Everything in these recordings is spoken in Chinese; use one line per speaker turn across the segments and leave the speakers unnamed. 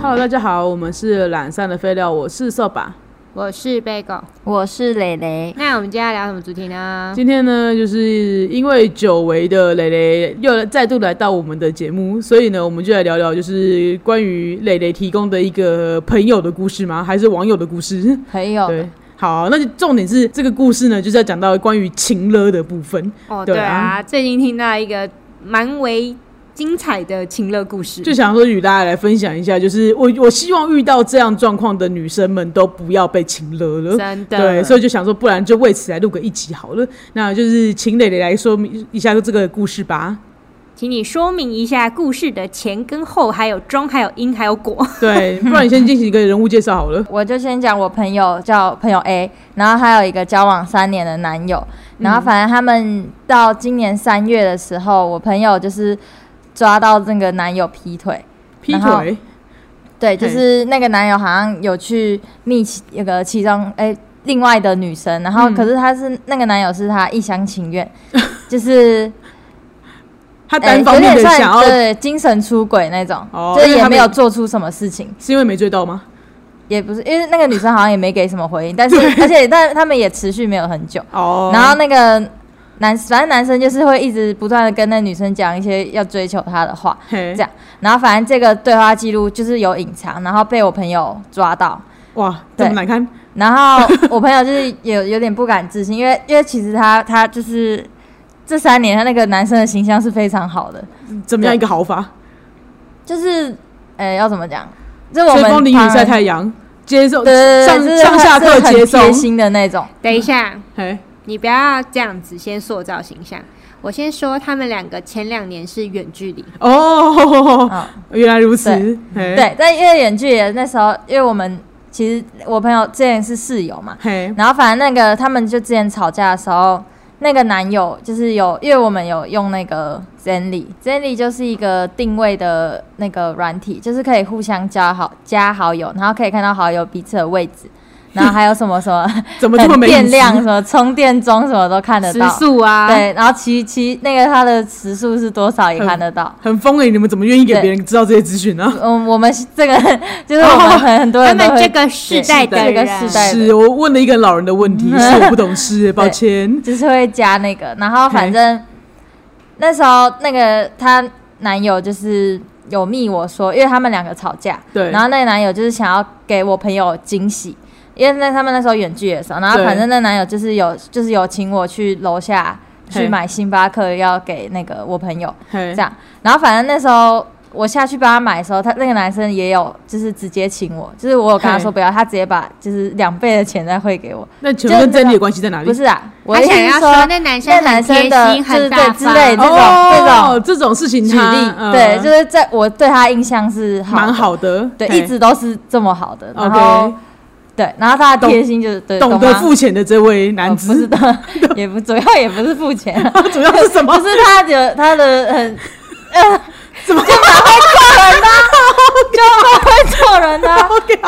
Hello，大家好，我们是懒散的废料，我是扫把。
我是贝狗。
我是蕾蕾，
那我们今天要聊什么主题呢？
今天呢，就是因为久违的蕾蕾又再度来到我们的节目，所以呢，我们就来聊聊就是关于蕾蕾提供的一个朋友的故事吗？还是网友的故事？
朋友
对，好，那就重点是这个故事呢，就是要讲到关于情勒的部分。
哦，
对
对
啊
啊，最近听到一个蛮为精彩的情乐故事，
就想说与大家来分享一下，就是我我希望遇到这样状况的女生们都不要被情勒了。
真的
对，所以就想说，不然就为此来录个一集好了。那就是请磊磊来说明一下这个故事吧。
请你说明一下故事的前跟后，还有中，还有因，还有 果。
对，不然你先进行一个人物介绍好了。
我就先讲我朋友叫朋友 A，然后还有一个交往三年的男友，
嗯
然后反正他们到今年三月的时候，我朋友就是抓到那个男友劈腿，
劈
然后
腿，
对，就
嘿
是那个男友好像有去密其那个其中哎、另外的女生，然后
嗯
可是他是、那个男友是他一厢 情愿，就是
他
哎
单
有
方面
点
的
算
想要，
对精神出轨那种，
哦
就是
因为
也
他们
没有做出什么事情。
是因为没追到吗？
也不是，因为那个女生好像也没给什么回 应，但是而且但他们也持续没有很久。
哦，
然后那个男，反正男生就是会一直不断的跟那女生讲一些要追求她的话，
嘿
这，样。然后反正这个对话记录就是有隐藏，然后被我朋友抓到。
哇，这么
对
难看，
然后我朋友就是有有点不敢置信，因为因为其实他他就是这三年他那个男生的形象是非常好的，
怎么样一个好法？
就是呃要怎么讲，就我
吹
们
风淋雨
旁人
晒太阳，接受
对对对
上
就是
上下
他
课
是很
接送，
贴心的那种。
等一下，
嘿，
你不要这样子先塑造形象。我先说，他们两个前两年是远距离，
哦，
嗯。
原来如此，嘿，
对，但因为远距离那时候，因为我们其实我朋友之前是室友嘛，
嘿，
然后反正那个他们就之前吵架的时候，那个男友就是有，因为我们有用那个 Zenly，Zenly 就是一个定位的那个软体，就是可以互相加好加好友，然后可以看到好友彼此的位置，然后还有什么什么
怎么这么
很
没
电
隐私
量、什么充电桩什么都看得
时
到。
速啊，
对，然后其其那个他的时速是多少也
很
看得到。
很疯哎、你们怎么愿意给别人知道这些资讯啊呢？
嗯，我们这个就是我们很很多
他
人都
们这
会，
个世代的
对这
人，
个世代
是我问了一个老人的问 题，是我不懂事、抱歉。
就是会加那个，然后反正那时候那个她男友就是有密我说，因为他们两个吵架，
对
然后那个男友就是想要给我朋友惊喜，因为那他们那时候远距离的时候，然后
对
反正那男友就是有就是有请我去楼下去买星巴克，要给那个我朋友
嘿
这，样，然后反正那时候。我下去帮他买的时候，他那个男生也有，就是直接请我，就是我有跟他说
嘿
不要，他直接把就是两倍的钱再汇给我，
那请问跟
就那个
真理的关系在哪里？
不是啊，我
他
的意思
想
是
要
说
说那男生
那
很
男
贴
生的
心，
就是
很
对
大
之类
方
这种
哦，这种事情
举
他，
例，
嗯
对，就是在我对他印象是好的
蛮，好的，
对，
嘿
一直都是这么好的，然后
OK，
对，然后他的贴心就是对，
懂得
吗
付钱的这位男
呃啊不是
子，
的，也不主要也不是付钱，
主要是什
不
么？
是他的他的 很
什么？
啊会做人的啊，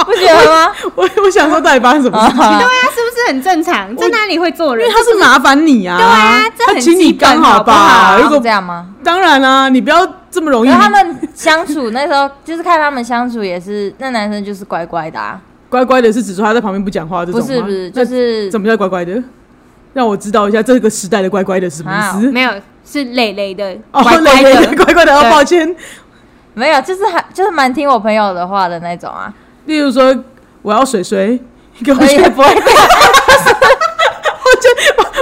不觉得吗？哦
我我想说，到底发生什么事？
对啊，是不是很正常？这哪里会做
因
人
为？他是麻烦你啊，对
啊这
他
很
请你
基本
刚好
好不
吧？
好
如
是
果
哦这样吗？
当然啦，你不要这么容易
然后他们相处那时候，就是看他们相处也是，那男生就是乖乖的啊，
乖乖的，是指说他在旁边不讲话这种
不
吗？
是不是，
那
就是
怎么叫乖乖的？让我知道一下这个时代的乖乖的是什
啊
么意思？
没有，是磊磊的
哦，
乖乖
累累
的，
乖乖的，哦
对
抱歉。
没有，就是还就是蛮听我朋友的话的那种啊，
例如说，我要水水，给我
我
去
也不会这样。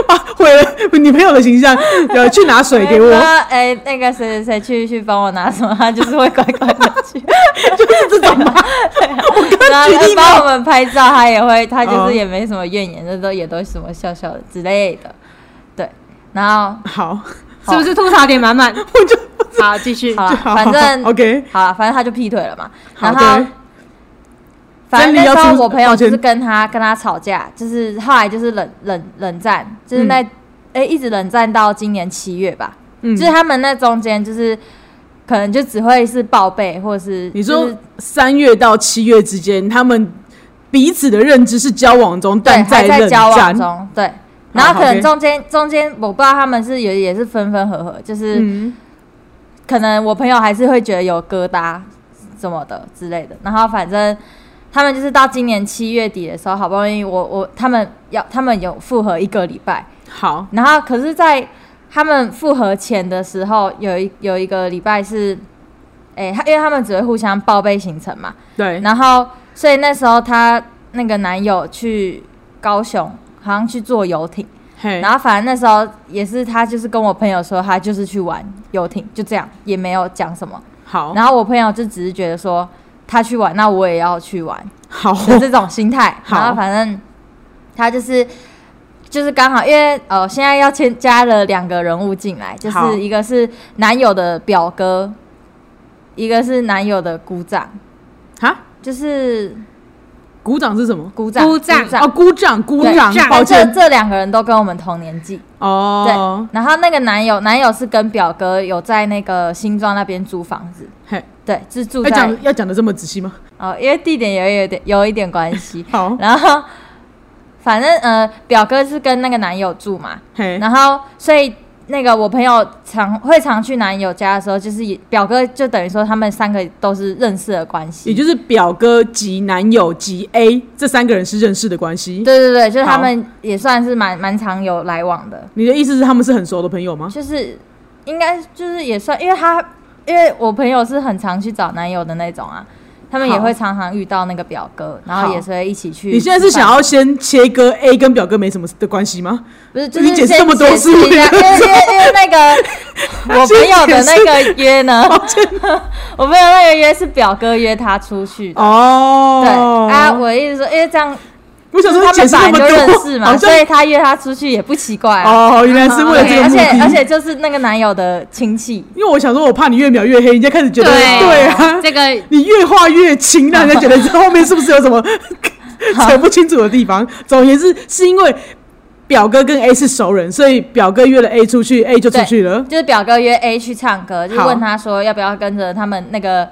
把毁了女朋友的形象，呃，去拿水给我
说，哎、那个谁谁谁去去帮我拿什么，他就是会乖乖的 去。
就是这种吗？
然后
举例吗
帮我们拍照，他也会，他就
哦
是也没什么怨言，那都也都什么笑笑的之类的。对，然后
好，
是不是吐槽点满 满？
我就
好，继续。
好
就
啦，
好
反 正
OK，
好了，反正他就劈腿了嘛。
好
然
的
后。反正那时
真理要出
候我朋友就
抱
是
歉
跟他跟他吵架，就是后来就是冷冷冷战，就是那哎、诶一直冷战到今年七月吧。
嗯
就是他们那中间就是可能就只会是报备，或者是
你
就
说
是
三月到七月之间，他们彼此的认知是交往中，
对
但
还在
冷
交往
战。
中，对。然后
好
可能
OK
中间中间我不知道他们是也也是分分合合，就是
嗯，
可能我朋友还是会觉得有疙瘩，什么的之类的。然后反正他们就是到今年七月底的时候，好不容易我我他们要他们有复合一个礼拜，
好，
然后可是，在他们复合前的时候，有一有一个礼拜是，哎、他因为他们只会互相报备行程嘛，
对，
然后所以那时候她那个男友去高雄，好像去坐游艇，
嘿，
然后反正那时候也是她就是跟我朋友说，她就是去玩游艇，就这样，也没有讲什么。
好，
然后我朋友就只是觉得说，她去玩，那我也要 去玩。
好，
的这种心态。
好
然后反正他就是就是刚好，因为呃现在要添加了两个人物进来，就
好
是一个是男友的表哥，一个是男友的姑丈，
哈，
就是
鼓掌是什么？
姑丈
姑丈
哦，鼓掌，鼓掌，
对
抱
反正
歉，
这两个人都跟我们同年纪，
哦
对，。然后那个男友男友是跟表哥有在那个新庄那边租房子，
嘿，
对，是住
要
在
哎讲要讲的这么仔细 吗？
哦，因为地点也有一点有一点关 系。
好，
然后反正呃表哥是跟那个男友住嘛，
嘿，
然后所以那个我朋友常会常去男友家的时候，就是也表哥就等于说他们三个都是认识的关系，
也就是表哥及男友及 A 这三个人是认识的关系。
对对对，就是
好
他们也算是蛮蛮常有来往的，
你的意思是他们是很熟的朋友吗？
就是应该就是也算，因为他因为我朋友是很常去找男友的那种啊。他们也
好
会常常遇到那个表哥，然
好
后也是会一起去吃饭。
你现在是想要先切割 A 跟表哥没什么的关系吗？
不是？就
你
是
解释
先
这么多
解释一下
是不
因为因为因为 那个我朋友的那个约呢，
抱歉
我朋友那个约是表哥约他出去的。
哦，
对啊，我的意思说，因为这样
我想说
他
解
们
释那
本来
么
就认 识
多，好
嘛，
像
所以他约他出去也不奇怪啊。
哦，原来是为了这
对
个
而
目
且
的。
而且就是那个男友的亲戚，
因为我想说，我怕你越描越黑，人家开始觉得对啊，
这个
你越画越清，让人家觉得这后面是不是有什 么扯不清楚的地方？总而言之，是因为表哥跟 A 是熟人，所以表哥约了 A 出去，A 就出去了。
就是表哥约 A 去唱歌，就是
好
问他说要不要跟着他们那个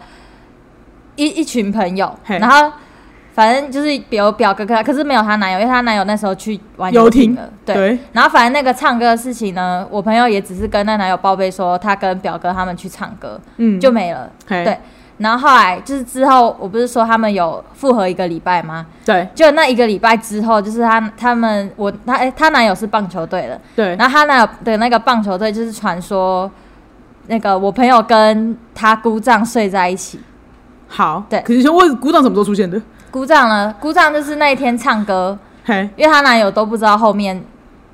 一一群朋友，
嘿
然后反正就是有表哥跟他，可是没有她男友，因为她男友那时候去玩
游
游
艇
艇了，对。
对
然后反正那个唱歌的事情呢，我朋友也只是跟那男友报备说，他跟表哥他们去唱歌，
嗯
就没了。
嘿
对，然后后来就是之后，我不是说他们有复合一个礼拜吗？
对
就那一个礼拜之后，就是他他们我他哎、他男友是棒球队的，
对，
然后他男友的那个棒球队就是传说，那个我朋友跟他姑丈睡在一起。
好，
对
可是就问鼓掌什么时候出现的？
姑丈呢？姑丈就是那一天唱歌，
嘿，
因为她男友都不知道后面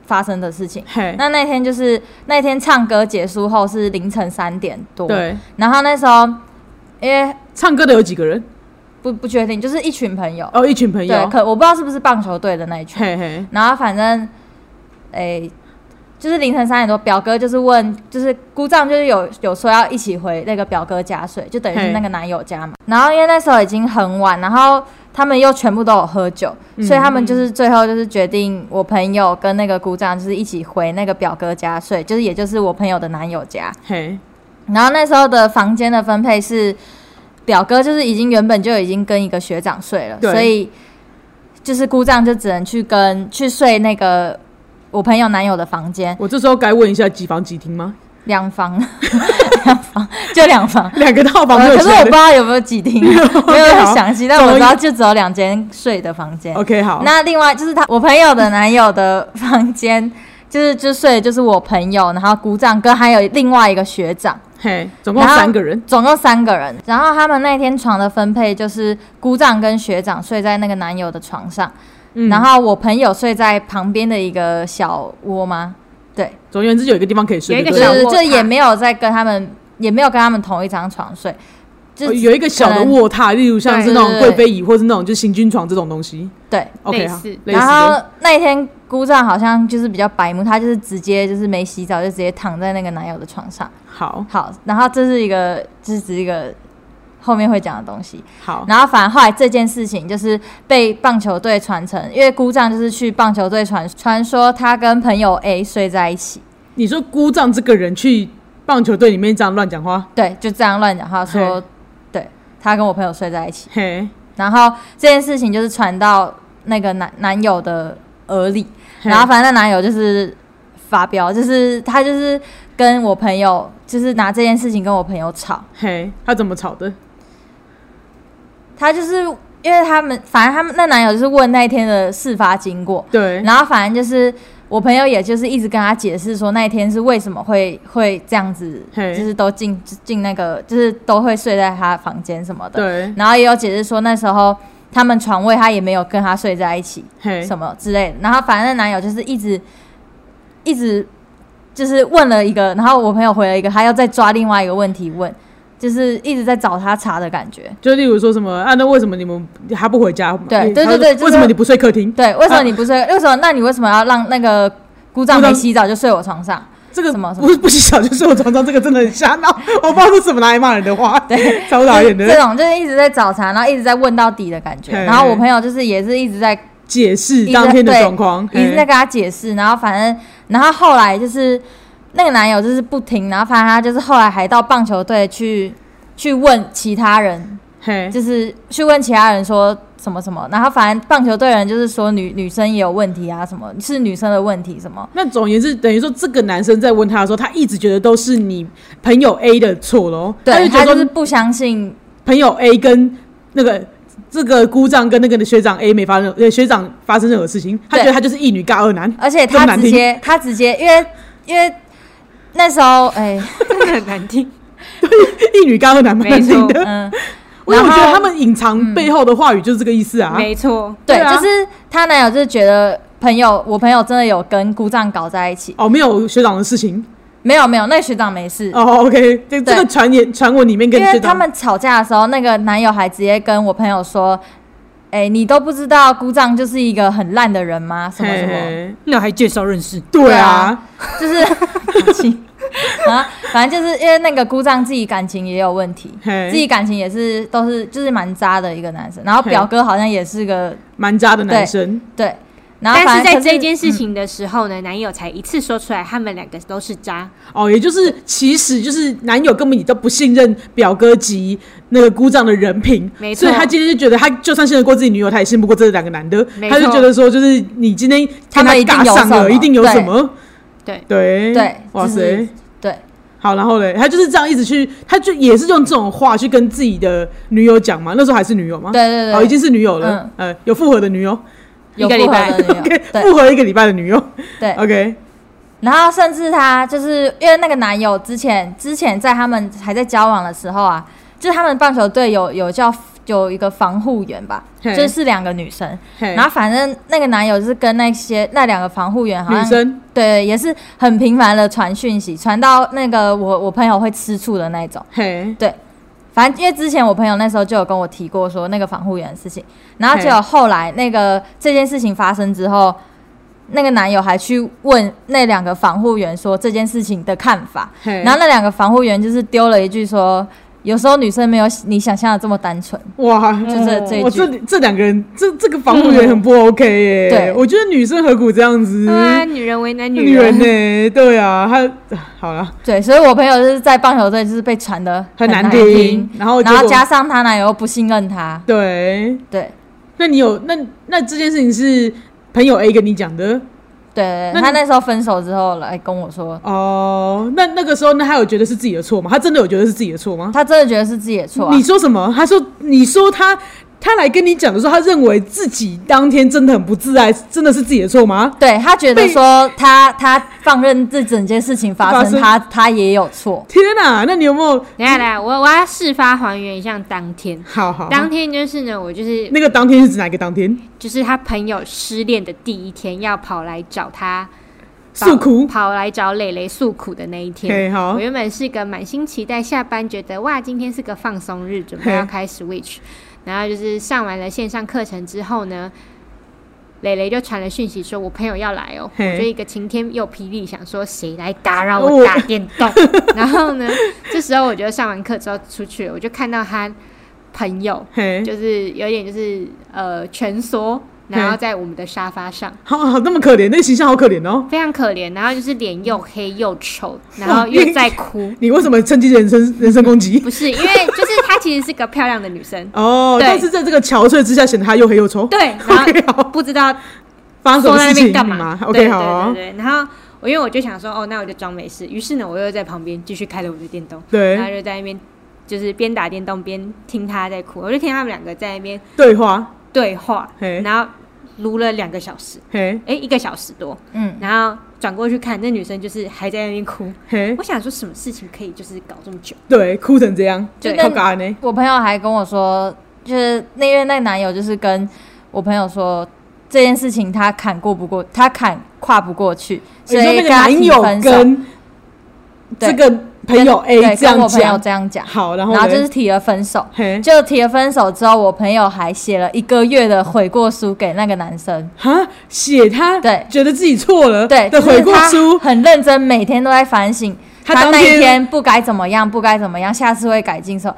发生的事情。
嘿，
那那天就是那天唱歌结束后是凌晨三点多，。
对，
然后那时候因为
唱歌的有几个人？
不不确定，就是一群朋友，
哦，一群朋
对，
友。
可我不知道是不是棒球队的那一群。
嘿嘿，
然后反正，诶、就是凌晨三点多，表哥就是问，就是姑丈就是有有说要一起回那个表哥家睡，就等于
嘿
是那个男友家嘛。然后因为那时候已经很晚，然后他们又全部都有喝酒，所以他们就是最后就是决定，我朋友跟那个姑丈就是一起回那个表哥家睡，就是也就是我朋友的男友家。
嘿，
然后那时候的房间的分配是，表哥就是已经原本就已经跟一个学长睡了，
对
所以就是姑丈就只能去跟去睡那个我朋友男友的房间，
我这时候该问一下几房几厅 吗？
两房，两房就两房。
两个套房
呃
都有
可
其
是我
他
不
的啊
知道有没有几厅，啊 没有很详细，但
总
我
而
知道就只有两间睡的房间。
OK，好，哦
那另外就是他我朋友的男友的房间，就是就睡的就是我朋友，然后姑丈跟还有另外一个学长。
嘿，总共
然后
三个人。
总共三个人。然后他们那天床的分配就是姑丈跟学长睡在那个男友的床上，
嗯
然后我朋友睡在旁边的一个小窝吗？对，
总而言之，有一个地方可以睡，
有一个
对
就
不对
小
是
窝
就
榻
也没有在跟他们，也没有跟他们同一张床睡，就
哦有一个小的
可能。
卧榻，例如像是
对
那种
对
贵
对
妃椅，或是那种就行军床这种东西。
对，
OK，
类
好
似
类似
然
的。
后那一天姑丈好像就是比较白目，他就是直接就是没洗澡就直接躺在那个男友的床上。
好
好，然后这是一个，这是一个后面会讲的东西。
好，
然后反正后来这件事情就是被棒球队传承，因为姑丈就是去棒球队传传说他跟朋友 A 睡在一起，
你说姑丈这个人去棒球队里面这样乱讲话，
对，就这样乱讲话说，对他跟我朋友睡在一起。
嘿，
然后这件事情就是传到那个男男友的耳里，
嘿
然后反正那男友就是发飙，就是他就是跟我朋友就是拿这件事情跟我朋友吵，
嘿，他怎么吵的？
他就是因为他们，反正他们那男友就是问那一天的事发经过，
对，
然后反正就是我朋友也就是一直跟他解释说那一天是为什么会会这样子，
嘿
就是都进进那个就是都会睡在他房间什么的，
对，
然后也有解释说那时候他们床位他也没有跟他睡在一起，
嘿，
什么之类的。然后反正那男友就是一直一直就是问了一个，然后我朋友回了一个，他要再抓另外一个问题问，就是一直在找他茬的感觉。
就例如说什么啊，那为什么你们还不回家？
对
哎
对
他
对对
说
就是
为什么你不睡客厅？
对，为什么你不睡？为什么？那你为什么要让那个姑丈没洗澡就睡我床上？
这个
什么什么
不不洗澡就睡我床上，这个真的很瞎 闹，我不知道是怎么拿来骂人的话，对， 超讨厌
这
的。
种就是一直在找茬，然后一直在问到底的感觉。
嘿
然后我朋友就是也是一直在
解释
一直
当天的
对
状况，
一直
嘿
在跟他解释，然后反正，然后后来就是那个男友就是不听，然后反正他就是后来还到棒球队去去问其他人，
嘿，
就是去问其他人说什么什么，然后反正棒球队人就是说女女生也有问题啊，什么是女生的问题什么，
那总而言之，等于说这个男生在问他的时候，他一直觉得都是你朋友 A 的错喽，他就
对
觉
他
得
就是
说
不相信，
朋友 A 跟那个。这个姑丈跟那个学长 A 没发生，呃，学长发生任何事情，他
对呃
觉得他就是一女尬二男，
而且
这么
他
难
直接他直接因为因为那时候 哎、
真的很难听。
一女尬二男蛮难听的。
嗯，
我怎么觉
然
得
后嗯
他们隐藏背后的话语就是这个意思啊？
没错，
对，
对啊
就是她男友就是觉得朋友我朋友真的有跟姑丈搞在一起。
哦，没有学长的事情
没有没有，那个学长没事，
哦。OK，这这个传言传闻里面跟
因为
学
他
长
们吵架的时候，那个男友还直接跟我朋友说：“哎、你都不知道姑丈就是一个很烂的人吗？什么什么，
嘿
那还介绍认识，
对
对
啊
啊，就是好气 啊，反正就是因为那个姑丈自己感情也有问题，
嘿
自己感情也是都是就是蛮渣的一个男生，然后表哥好像也是个
蛮渣的男生，
对，然后
但
反
是
正
在
可
这件事情的时候呢，男友才一次说出来，他们两个都是渣。
哦，也就是其实就是男友根本也都不信任表哥及那个姑丈的人品，
没错
所以他今天就觉得他就算信得过自己女友，他也信不过这两个男的，
没
他就
错
觉得说就是你今天跟
他们一定
尬
有
上
什
了，
么
一定有
对
什么，
对
对
对
哇
就是
塞。
对
好，然后嘞，他就是这样一直去，他就也是用这种话去跟自己的女友讲嘛。那时候还是女友吗？
对对
哦，
对，
已经是女友了，呃，有复合的女友
嗯
有
一个礼
复合
拜
的女友
，OK，，
对
复合一个礼拜的女友
对。
，OK，
然后甚至他就是因为那个男友之前之前在他们还在交往的时候啊，就是他们棒球队有有叫有一个防护员吧，
嘿
就是两个女生。
嘿
然后反正那个男友是跟那些那两个防护员好像
女生
对也是很频繁的传讯息，传到那个我我朋友会吃醋的那种。
嘿，
反正因为之前我朋友那时候就有跟我提过说那个防护员的事情，然后
嘿
结果后来那个这件事情发生之后，那个男友还去问那两个防护员说这件事情的看法，
嘿
然后那两个防护员就是丢了一句说，有时候女生没有你想象的这么单纯，
哇，
就这这
嗯我
一
哦这
句，嗯
这两个人，这这个防护员很不 OK 耶、
对
我觉得女生何苦这样子？
啊，女人为难
嗯女
女
人
人
呢、对啊，她好了，
对，所以我朋友就是在棒球队就是被传的
很
难
难听。然后结
然
果
后加上她男友又不信任她，
对，
对
那你有那那这件事情是朋友 A 跟你讲的
对，
那
她
你
那时候分手之后来跟我说，
哦、那那个时候，那他有觉得是自己的错吗？他真的有觉得是自己的错吗？
她真的觉得是自己的错、啊，
你说什么？他说，你说他他来跟你讲的时候，他认为自己当天真的很不自爱，真的是自己的错吗？
对他觉得
被
说他他放任这整件事情发
发生
生，他他也有错。
天哪、那你有没有？
等一下，等一下，我我要事发还原一下当天。
好好，
当天就是呢，我就是
那个当天是指哪个当天？
就是他朋友失恋的第一天，要跑来找他
诉苦。
跑来找蕾蕾诉苦的那一
嘿
天。
好
我原本是个满心期待下班，觉得哇，今天是个放松日，准备
嘿
要开 Switch。然 后就是上完了线上课程之后呢，蕾蕾就传了讯息说：“我朋友要来哦。”
嘿
我就一个晴天又霹雳，想说谁来打扰我打电动？
哦
然后呢，这时候我就上完课之后出去了，我就看到他朋友
嘿，
就是有点就是呃蜷缩，然后在我们的沙发上。
好好那么可怜，那个形象好可怜哦。
非常可怜，然后就是脸又黑又
。
丑，然后又在哭
你为什么趁机人身人身攻击？，
不是因为就是她其实是个漂亮的女生
哦，
对
但是在这个憔悴之下，显得他又黑又丑。
对，然
OK，
后
好，
不知道
发生什
坐
么
在那
事
边
情
干嘛
嘛。
对
？OK，
对
好啊
对，对对，然后我因为我就想说，哦，那我就装没事。于是呢，我又在旁边继续开了我的电动，然后
对，
就在那边就是边打电动边听他在哭，我就听他们两个在那边
对话，
对话，
嘿，
然后撸了两个小时，
嘿，
哎、一个小时多，
嗯，
然后转过去看，那女生就是还在那边哭。
嘿，
我想说，什么事情可以就是搞这么久？
对，哭成这样，
就
靠
跟
嘎呢，
我朋友还跟我说，就是那因为那男友就是跟我朋友说这件事情他砍过不过，他砍跨不过去，
你
所
说
以
那个
跟他
男
提
友
分手。
跟这个朋友 A
对，
这
跟
样
我朋友
讲，
这样讲，
好，然后
然后
呢
就是提了分手。
嘿，
就提了分手之后，我朋友还写了一个月的悔过书给那个男生。
哈，写他
对
觉得自己错了
对，
的
就是
悔过
他
书，
很认真，每天都在反省。
他
他
当
那
天
一天不该怎么样，不该怎么样，下次会改进。说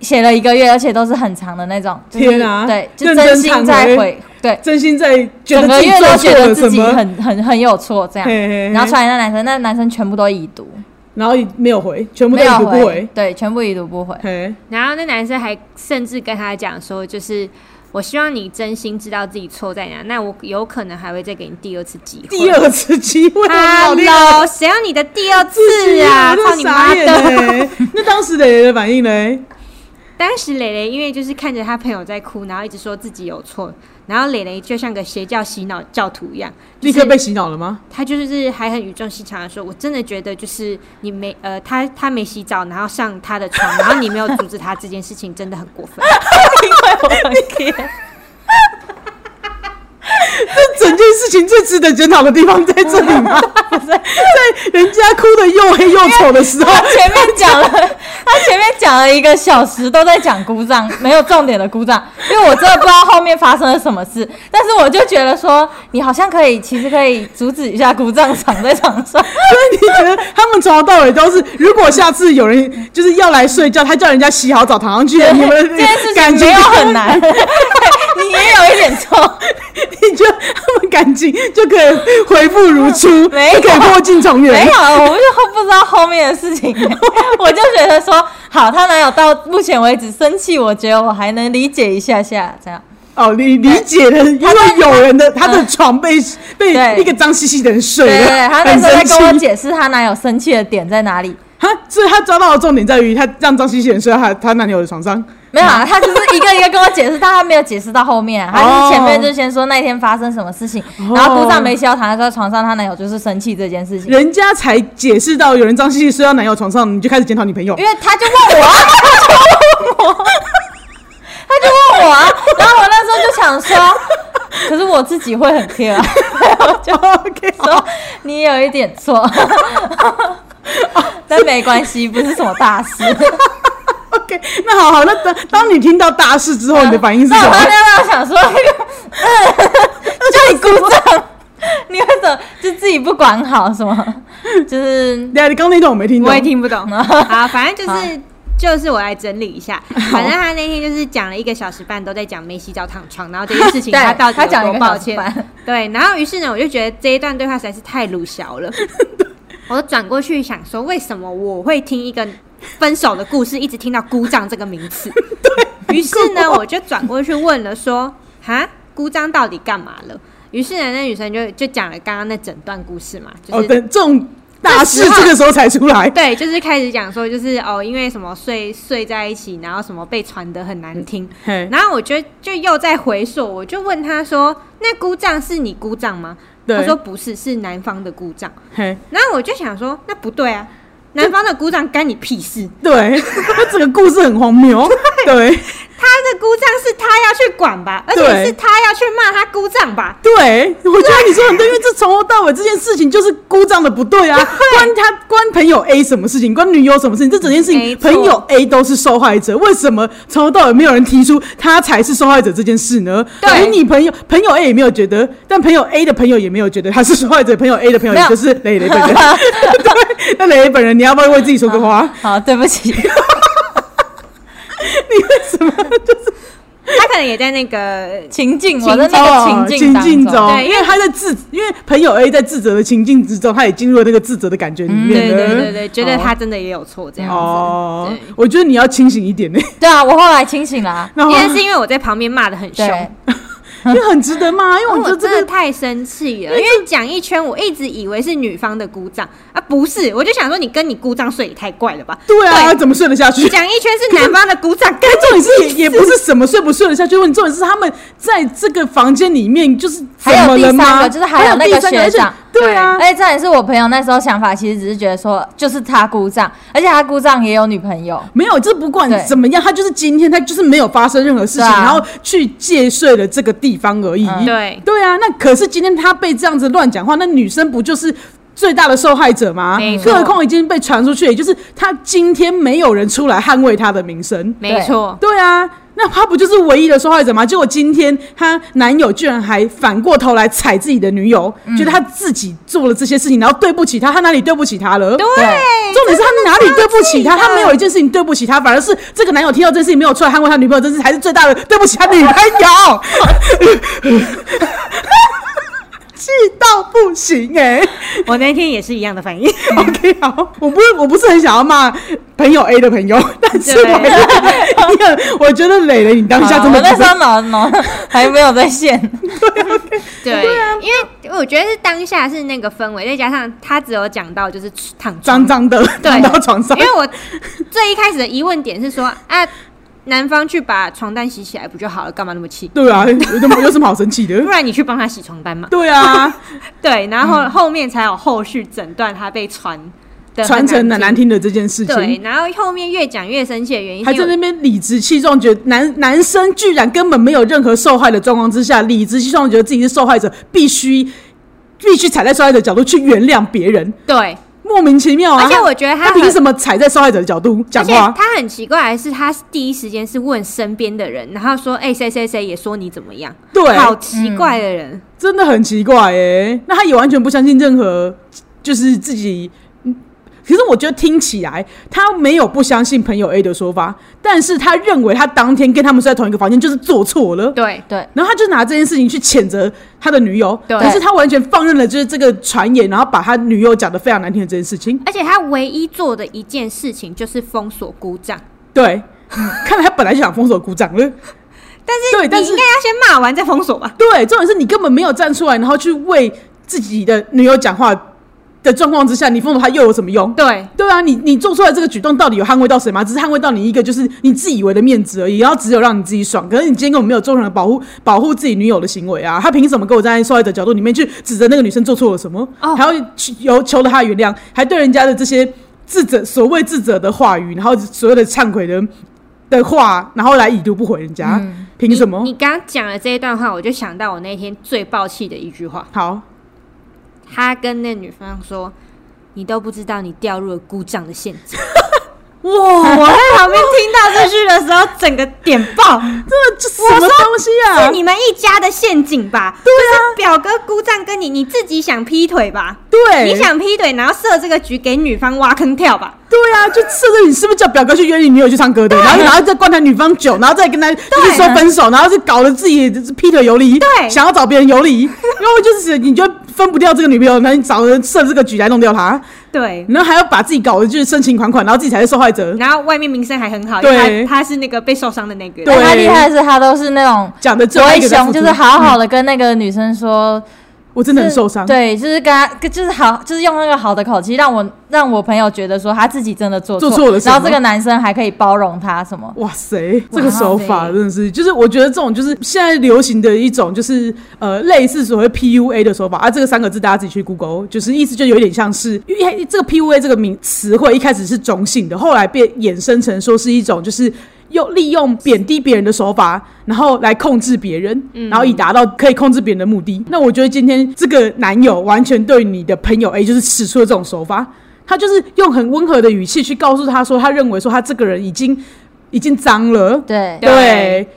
写了一个月，而且都是很长的那种。就是
天啊
对，就
认
真
真
心
忏
在
悔
悔，对，
真心在觉得
整个
自己
月
做
都
错
觉得
了
自
什
己
么，
很很很有错这样。
嘿嘿嘿
然后出来那男生，那男生全部都已读，
然后没有回，全部都
没
已
有
读不回，
对，全部已读不回。
嘿，
然后那男生还甚至跟他讲说，就是我希望你真心知道自己错在哪，那我有可能还会再给你第二次机会。
第二次机会，好厉害
Hello，谁要你的第二次
自己
啊？
那
操你妈
傻眼
的！
嘞！那当时蕾蕾的反应嘞？
当时蕾蕾因为就是看着她朋友在哭，然后一直说自己有错，然后蕾蕾就像个邪教洗脑教徒一样，
立
就是
刻被洗脑了吗？
她就是还很语重心长的说：“我真的觉得就是你没呃，她她没洗澡，然后上她的床，然后你没有阻止她这件事情，真的很过分。
这整件事情最值得检讨的地方在这里吗？在人家哭的又黑又丑的时候，
他前面讲了，他前面讲了一个小时都在讲鼓掌，没有重点的鼓掌，因为我真的不知道后面发生了什么事。但是我就觉得说，你好像可以，其实可以阻止一下鼓掌场在场上。
所以你觉得他们从头到尾都是，如果下次有人就是要来睡觉，他叫人家洗好澡躺上去，你们
这件事
感
情
情
没有很难， 你也有一点错，
你觉得他们感情就可以恢复如初，就
没有
可以破镜重圆？
没有，我就不知道后面的事 情。我就觉得说，好，她男友到目前为止生气，我觉得我还能理解一下下这样。
哦，你理解了，因为有人的他的床被被
对
一个脏兮兮的人睡
对对对，
了，
她那
很
时候在
生
跟我
气。
解释她男友生气的点在哪里。
哈，所以他抓到的重点在于他让脏兮兮的人睡在他他男友的床上。
没有啊， 他就是一个一个跟我解释，但他没有解释到后面、啊，他就是前面
哦
就先说那天发生什么事情，
哦
然后姑丈没洗好躺在床上，她男友就是生气这件事情，
人家才解释到有人脏兮兮睡到男友床上，你就开始检讨你 朋友
因。为他就问我、啊，他就问我，他就问我、啊，然后我那时候就想说，可是我自己会很 care，、啊、
OK，
说你有一点错， 但没关系，不是什么大事。
OK，那好好，那当当你听到大事之后，你的反应是
那
什
我 刚
么？
刚想说那个， 叫你鼓掌，你为什么就自己不管好什么？就是
对啊，你刚刚那段我没听
我
懂
也。听不 懂啊，反正就是。就是我来整理一下，反正他那天就是讲了一个小时半，都在讲没洗澡躺床，然后这件 事情
对
他到底
他讲
有多
一个
抱
小时
歉？
半，
对，然后于是呢，我就觉得这一段对话实在是太鲁小 了。我转过去想说，为什么我会听一个分手的故事，一直听到“姑丈”这个名 词？于是呢，我就转过去问了说：“哈，姑丈到底干嘛了？”于是呢，那女生就就讲了刚刚那整段故事嘛，就
哦，
是、
等这种大事
这时候
这个时候才出来。
对，就是开始讲说，就是哦，因为什么睡睡在一起，然后什么被传得很难听，
嗯嘿，
然后我就就又在回溯，我就问他说：“那姑丈是你姑丈吗？”
对
他说：“不是，是男方的姑丈。
嘿，”
然后我就想说：“那不对啊，男方的姑丈干你屁事？
对，那整个故事很荒谬。对
他的姑丈是他要去管吧，而且
对
是他要去骂他姑丈吧？
对，我觉得你说很对，因为这从头到尾这件事情就是姑丈的不对啊，关他关朋友 A 什么事情，关女友什么事情，这整件事
没
情
错
朋友 A 都是受害者，为什么从头到尾没有人提出他才是受害者这件事呢？
对
而你朋友朋友 A 也没有觉得，但朋友 A 的朋友也没有觉得他是受害者，朋友 A 的朋友
没
也
有
就是蕾蕾本 人。对，那蕾蕾本人，你要不要为自己说个话？
好，对不起，
他可能也在 那个
情境，我的那个情
啊
境
情
当
境
中，
对
因为他在自，因为朋友 A 在自责的情境之中，他也进入了那个自责的感觉里面
对
了。
对对对，觉得
哦
他真的也有错这样子。
哦
对，
我觉得你要清醒一点呢。
对啊，我后来清醒了啊，
然后
因为是因为我在旁边骂的很凶，
对，
就很值得骂，因为
因
我
为
觉
我
得这
真的
个
太生气哦了，因为讲一圈，我一直以为是女方的姑丈啊，不是，我就想说你跟你姑丈睡也太怪了吧？
对啊，怎么睡得下去？
讲一圈是男方的姑丈，跟
但重点是也也不是什么睡不睡得下去问题，重点是他们在这个房间里面就是怎
还有
么
第
了
三
吗？
个，就是还有那
第
个
三而
学
且
长，
对啊，
而且这也是我朋友那时候想法，其实只是觉得说，就是他姑丈，而且他姑丈也有女朋友，
没有，这不管
对
怎么样，他就是今天他就是没有发生任何事情，
对啊
然后去借睡了这个地方而已。
嗯
对
对啊，那可是今天他被这样子乱讲话，那女生不就是？最大的受害者吗
没？错
更何况已经被传出去，也就是他今天没有人出来捍卫他的名声。
没错，
对啊，那他不就是唯一的受害者吗？结果今天他男友居然还反过头来踩自己的女友，
嗯
觉得他自己做了这些事情，然后对不起他，他哪里对不起他了？
对，
重点是他哪里对不起他？
真的超气
他
的
没有一件事情对不起他，反而是这个男友听到这件事情没有出来捍卫他女朋友，真是才是最大的对不起他女朋 友，气到不行哎、
我那天也是一样的反应，
OK，好，我不是我不是很想要骂朋友 A 的朋友，但是我
对
还是 因为我觉得磊磊你当下
好
真
我
的
那
不
时
是
候脑脑 还没有在线，
对，啊因为我觉得是当下是那个氛围，再加上他只有讲到就是躺
脏
床
脏的躺
对
到床上
因，为我最一开始的疑问点是说啊，男方去把床单洗起来不就好了，干嘛那么气？
对啊，有什么有什么好生气的
不？然你去帮他洗床单嘛。
对 啊，
对，然后
嗯
后面才有后续诊断他被传的
传承的难
听。
听的这件事情
对，。然后后面越讲越生气的原因
还
是因
在
为
那边理直气壮，觉得男男生居然根本没有任何受害的状况之下，理直气壮地觉得自己是受害者，必须必须踩在受害者的角度去原谅别人，
对，
莫名其妙啊！
而且我觉得
他
他
他凭
很
什么踩在受害者的角度
而
讲
且
话？
他很奇怪的是，他第一时间是问身边的人，然后说：“哎、谁谁谁也说你怎么样？”
对，嗯
好奇怪的人，
真的很奇怪哎、那他也完全不相信任何，就是自己。嗯其实我觉得听起来他没有不相信朋友 A 的说法，但是他认为他当天跟他们睡在同一个房间就是做错了。
对
对，
然后他就拿这件事情去谴责他的女友，
对
可是他完全放任了就是这个传言，然后把他女友讲的非常难听的这件事情。
而且他唯一做的一件事情就是封锁姑丈，
对，看来他本来就想封锁鼓掌了，
但是
对，但
你
是
应该要先骂完再封锁吧？
对，重点是你根本没有站出来，然后去为自己的女友讲话的状况之下，你封锁他又有什么用？
对，
对啊，你你做出来这个举动到底有捍卫到谁吗？只是捍卫到你一个就是你自以为的面子而已，然后只有让你自己爽。可是你今天根本没有做任何保护保护自己女友的行为啊！他凭什么跟我站在受害者角度里面去指责那个女生做错了什么？
哦
还要求求了她原谅，还对人家的这些自责所谓自责的话语，然后所谓的忏悔的的话，然后来已读不回人家，凭、什么
你？你刚刚讲的这一段话，我就想到我那天最爆气的一句话，
好，
他跟那女方说：“你都不知道你掉入了姑丈的陷 阱。”
哇，我
我在旁边听到这句的时候，整个点 爆，
这这什么东西啊？
是你们一家的陷阱吧？对啊，表哥姑丈跟你，你自己想劈腿吧？
对，
你想劈腿，然后设这个局给女方挖坑跳吧？
对啊，就甚至你是不是叫表哥去约你女友去唱歌的，然
啊
后然后再灌他女方酒，然后再跟他就是说分手，然后就搞得自己劈腿游离，
对
想要找别人游离，然后就是你就分不掉这个女朋友，然后你找人设这个局来弄掉她，
对，
然后还要把自己搞得就是深情款款，然后自己才是受害者，
然后外面名声还很好，因
对
为他他是那个被受伤的那个人。
对
但他厉害的是，他都是那种
讲的
不
最后
会
一个在
凶，
付出嗯
就是好好的跟那个女生说，
我真的很受伤，
对，就是跟他就是好，就是用那个好的口气，让我让我朋友觉得说他自己真的做
做错了什么
然后这个男生还可以包容他什么，
哇塞，这个手法真的是，就是我觉得这种就是现在流行的一种，就是呃类似所谓 PUA 的手法啊。这个三个字大家自己去 Google，就是意思就有点像是，因为这个 PUA 这个名词汇一开始是中性的，后来变衍生成说是一种就是。用利用贬低别人的手法，然后来控制别人，然后以达到可以控制别人的目的。那我觉得今天这个男友完全对你的朋友 A 就是使出了这种手法，他就是用很温和的语气去告诉他说，他认为说他这个人已经已经脏了。
对
对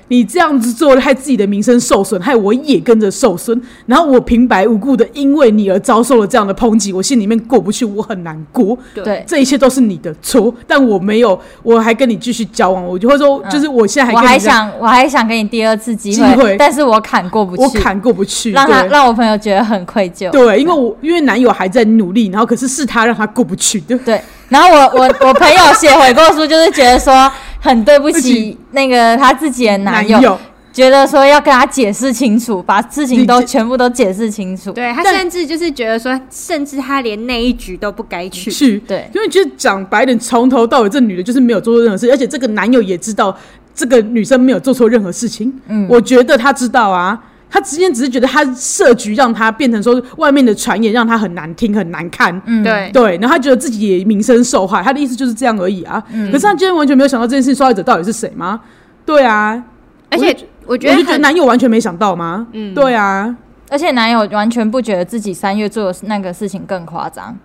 你这样子做，害自己的名声受损，害我也跟着受损，然后我平白无故的因为你而遭受了这样的抨击，我心里面过不去，我很难过。
对
对，
这一切都是你的错，但我没有，我还跟你继续交往，我就会说，
嗯
就是我现在还
我
跟你
还
这样
想我还想给你第二次机
机会
但是我坎过不去，
我坎过不去，
让他
对
让我朋友觉得很愧疚，
对，因为我因为男友还在努力，然后可是是他让他过不去的，
对，然后我 我我朋友写悔过书，就是觉得说很对不
不起
起那个他自己的男友。
友
觉得说要跟他解释清楚，把事情都
理解
全部都解释清楚。
对他
但
甚至就是觉得说，甚至他连那一局都不该去。
去，
对
因为觉得讲白点，从头到尾这女的就是没有做错任何事，而且这个男友也知道这个女生没有做错任何事情。
嗯
我觉得他知道啊，他之前只是觉得他设局让他变成说外面的传言让他很难听很难看。
嗯，
对，
对，然后他觉得自己也名声受害，他的意思就是这样而已啊。
嗯
可是他今天完全没有想到这件事情受害者到底是谁吗？对啊，
而
我
且
就
我
我
觉得
就觉得
很
男友完全没想到吗？嗯，对啊，
而且男友完全不觉得自己三月做的那个事情更夸张，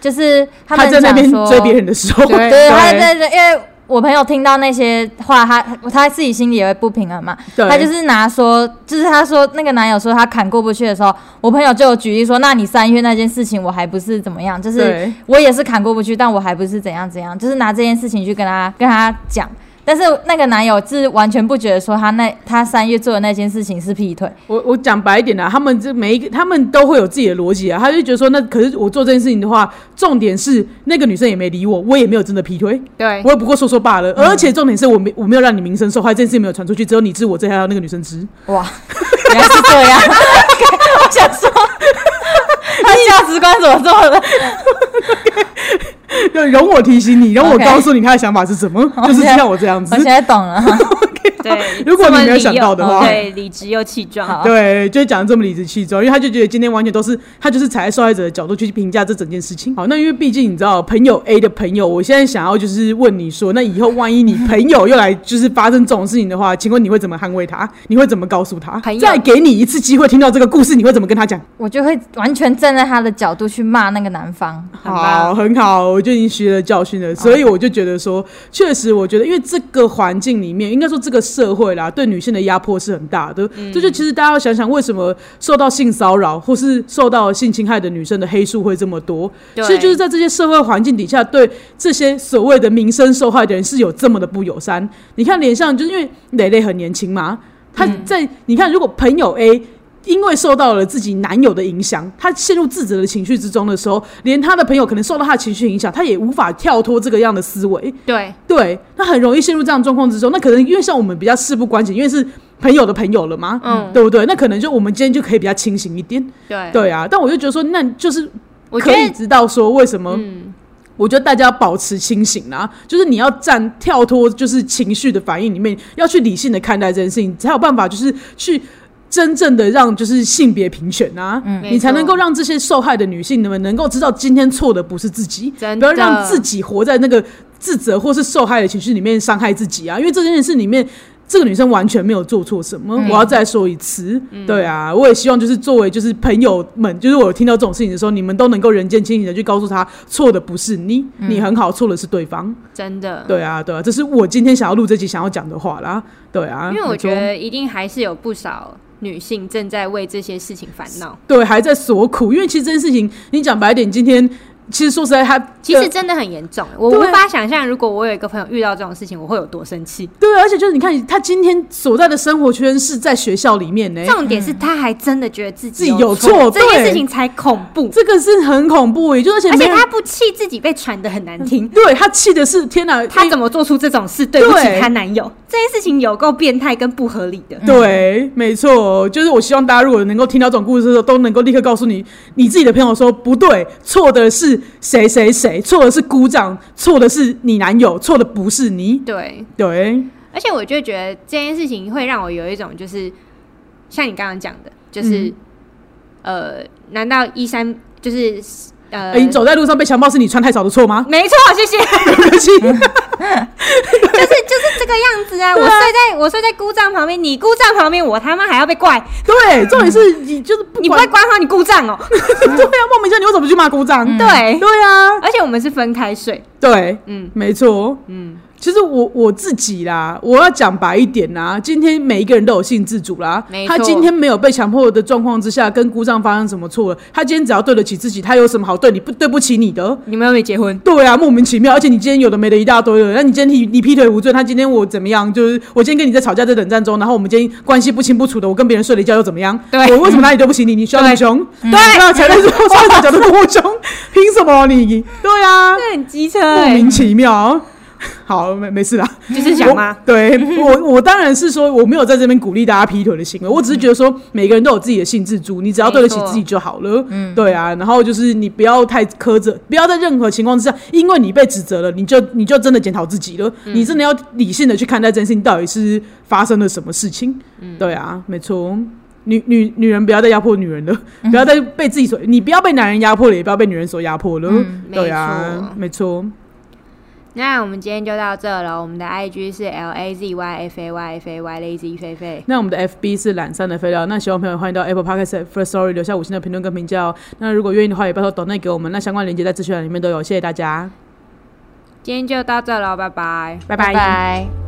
就是他
他
们
在那
讲
边
说，
追别人的时候，
对
对，他
对
在这，因为我朋友听到那些话，他他自己心里也会不平衡嘛。
对
他就是拿说，就是他说那个男友说他坎过不去的时候，我朋友就有举例说，那你三月那件事情我还不是怎么样，就是
对
我也是坎过不去，但我还不是怎样怎样，就是拿这件事情去跟他跟他讲。但是那个男友是完全不觉得说他那他三月做的那件事情是劈腿，
我我讲白一点啊，他们这每一个他们都会有自己的逻辑啊，他就觉得说，那可是我做这件事情的话，重点是那个女生也没理我，我也没有真的劈腿，
对
我也不过说说罢了，而且重点是我没我没有让你名声受害，这件事情没有传出去，只有你知我知，还有那个女生知，
哇，原来是这样， 我想说。他价值观怎么这么的？
要容我提醒你，容我
OK
告诉你他的想法是什么 就是像我这样子
我。现在懂了。
对，
如果
这么
你没有
理
想
由哦
到的话
对，理直又气壮
好。
对，就讲得这么理直气壮，因为他就觉得今天完全都是他就是踩在受害者的角度去评价这整件事情。好，那因为毕竟你知道，朋友 A 的朋友，我现在想要就是问你说，那以后万一你朋友又来就是发生这种事情的话，请问你会怎么捍卫他？你会怎么告诉他
朋？友
再给你一次机会听到这个故事，你会怎么跟他讲？
我就会完全站在他的角度去骂那个男方。
很棒
好，
哦
很好，我就已经学了教训了，所以我就觉得说，确实，我觉得因为这个环境里面，应该说这个社会啦，对女性的压迫是很大的。
嗯
这就其实大家要想想，为什么受到性骚扰或是受到性侵害的女生的黑数会这么多？
对
其实就是在这些社会环境底下，对这些所谓的民生受害的人是有这么的不友善。你看，脸上就是因为蕾蕾很年轻嘛，她
嗯
在、你看，如果朋友 A。因为受到了自己男友的影响，她陷入自责的情绪之中的时候，连她的朋友可能受到她的情绪影响，她也无法跳脱这个样的思维。
对
对，她很容易陷入这样的状况之中。那可能因为像我们比较事不关己，因为是朋友的朋友了嘛，
嗯
对不对？那可能就我们今天就可以比较清醒一点。
对，
对啊，但我就觉得说，那就是
我觉
可以
得
知道说为什么。
嗯
我觉得大家要保持清醒啊，就是你要站跳脱，就是情绪的反应里面，要去理性的看待这件事情，才有办法就是去真正的让就是性别平权啊，
没
你才能
错
够让这些受害的女性们能够知道今天错的不是自己，
真
不要让
的
自己活在那个自责或是受害的情绪里面伤害自己啊，因为这件事里面。这个女生完全没有做错什么，
嗯
我要再说一次，对啊，我也希望就是作为就是朋友们，就是我有听到这种事情的时候，你们都能够人间清醒的去告诉她，错的不是你，
嗯
你很好，错的是对方，
真的，
对啊，对啊，这是我今天想要录这集想要讲的话啦，对啊，
因为我
没错
觉得一定还是有不少女性正在为这些事情烦恼。
对还在所苦，因为其实这件事情你讲白点，今天其实说实在她，他
其实真的很严重，我
对
无法想象，如果我有一个朋友遇到这种事情，我会有多生气。
对，而且就是你看她今天所在的生活圈是在学校里面呢、
重点是，他还真的觉得自
嗯自
己
己有
错，
错，
这件
对
事情才恐怖。
这个是很恐怖，也就而且
而
没
且
有嗯
他不气自己被传的很难听，
对他气的是天哪，
他
因
怎么做出这种事？对不起
对嗯
她男友，这件事情有够变态跟不合理的。
对，没错，就是我希望大家如果能够听到这种故事的时候，都能够立刻告诉你你自己的朋友说不对，错的是谁谁谁，错的是姑丈，错的是你男友，错的不是你。
对，
对，
而且我就觉得这件事情会让我有一种就是，像你刚刚讲的，就是、呃，难道一三就是呃，
哎，你走在路上被强暴是你穿太少的错 吗？
没错，谢谢，
对不起，
就是就是这个样子啊！我睡在我睡在姑丈旁边，你姑丈旁边，我他妈还要被怪，
对，重点是你就是不
你不
管
会管好你姑丈哦？
对啊，莫名其妙你为什么去骂姑丈？
嗯对，
对啊，
而且我们是分开睡，
对，
嗯
没错，
嗯，
其实我我自己啦，我要讲白一点啦，今天每一个人都有性自主啦
没。错
他今天没有被强迫的状况之下，跟姑丈发生什么错了？他今天只要对得起自己，他有什么好对你不对不起你的？
你们又没结婚，
对啊，莫名其妙，而且你今天有的没的一大堆了。那你今天你你劈腿无罪，他今天我怎么样？就是我今天跟你在吵架在冷战中，然后我们今天关系不清不楚的，我跟别人睡了一觉又怎么样？
对
我为什么哪里对不起你？你需要那么凶？
对
那才在说 上角度多凶，凭什么你？对啊，
这很机车
莫
欸，
名其妙。 好，没没事啦。
就是想吗？
我对我， 我当然是说我没有在这边鼓励大家劈腿的行为，我只是觉得说每个人都有自己的性自主，你只要对得起
没错
自己就好了。
嗯
对啊，然后就是你不要太苛责，不要在任何情况之下，因为你被指责了，你就你就真的检讨自己了，你真的要理性的去看待这件事情到底是发生了什么事情。对啊，没错。女女女人不要再压迫女人了，不要再被自己所，你不要被男人压迫了，也不要被女人所压迫了。
嗯
对啊，没错。
那我们今天就到这了。我们的 IG 是 L A Z Y F A Y F A Y Lazy 菲菲。
那我们的 FB 是懒散的废料。那喜欢的朋友欢迎到 Apple Podcast、First Story 留下五星的评论跟评价哦。那如果愿意的话，也拜托抖内给我们。那相关链接在资讯栏里面都有。谢谢大家，
今天就到这了，拜拜。
拜拜。
拜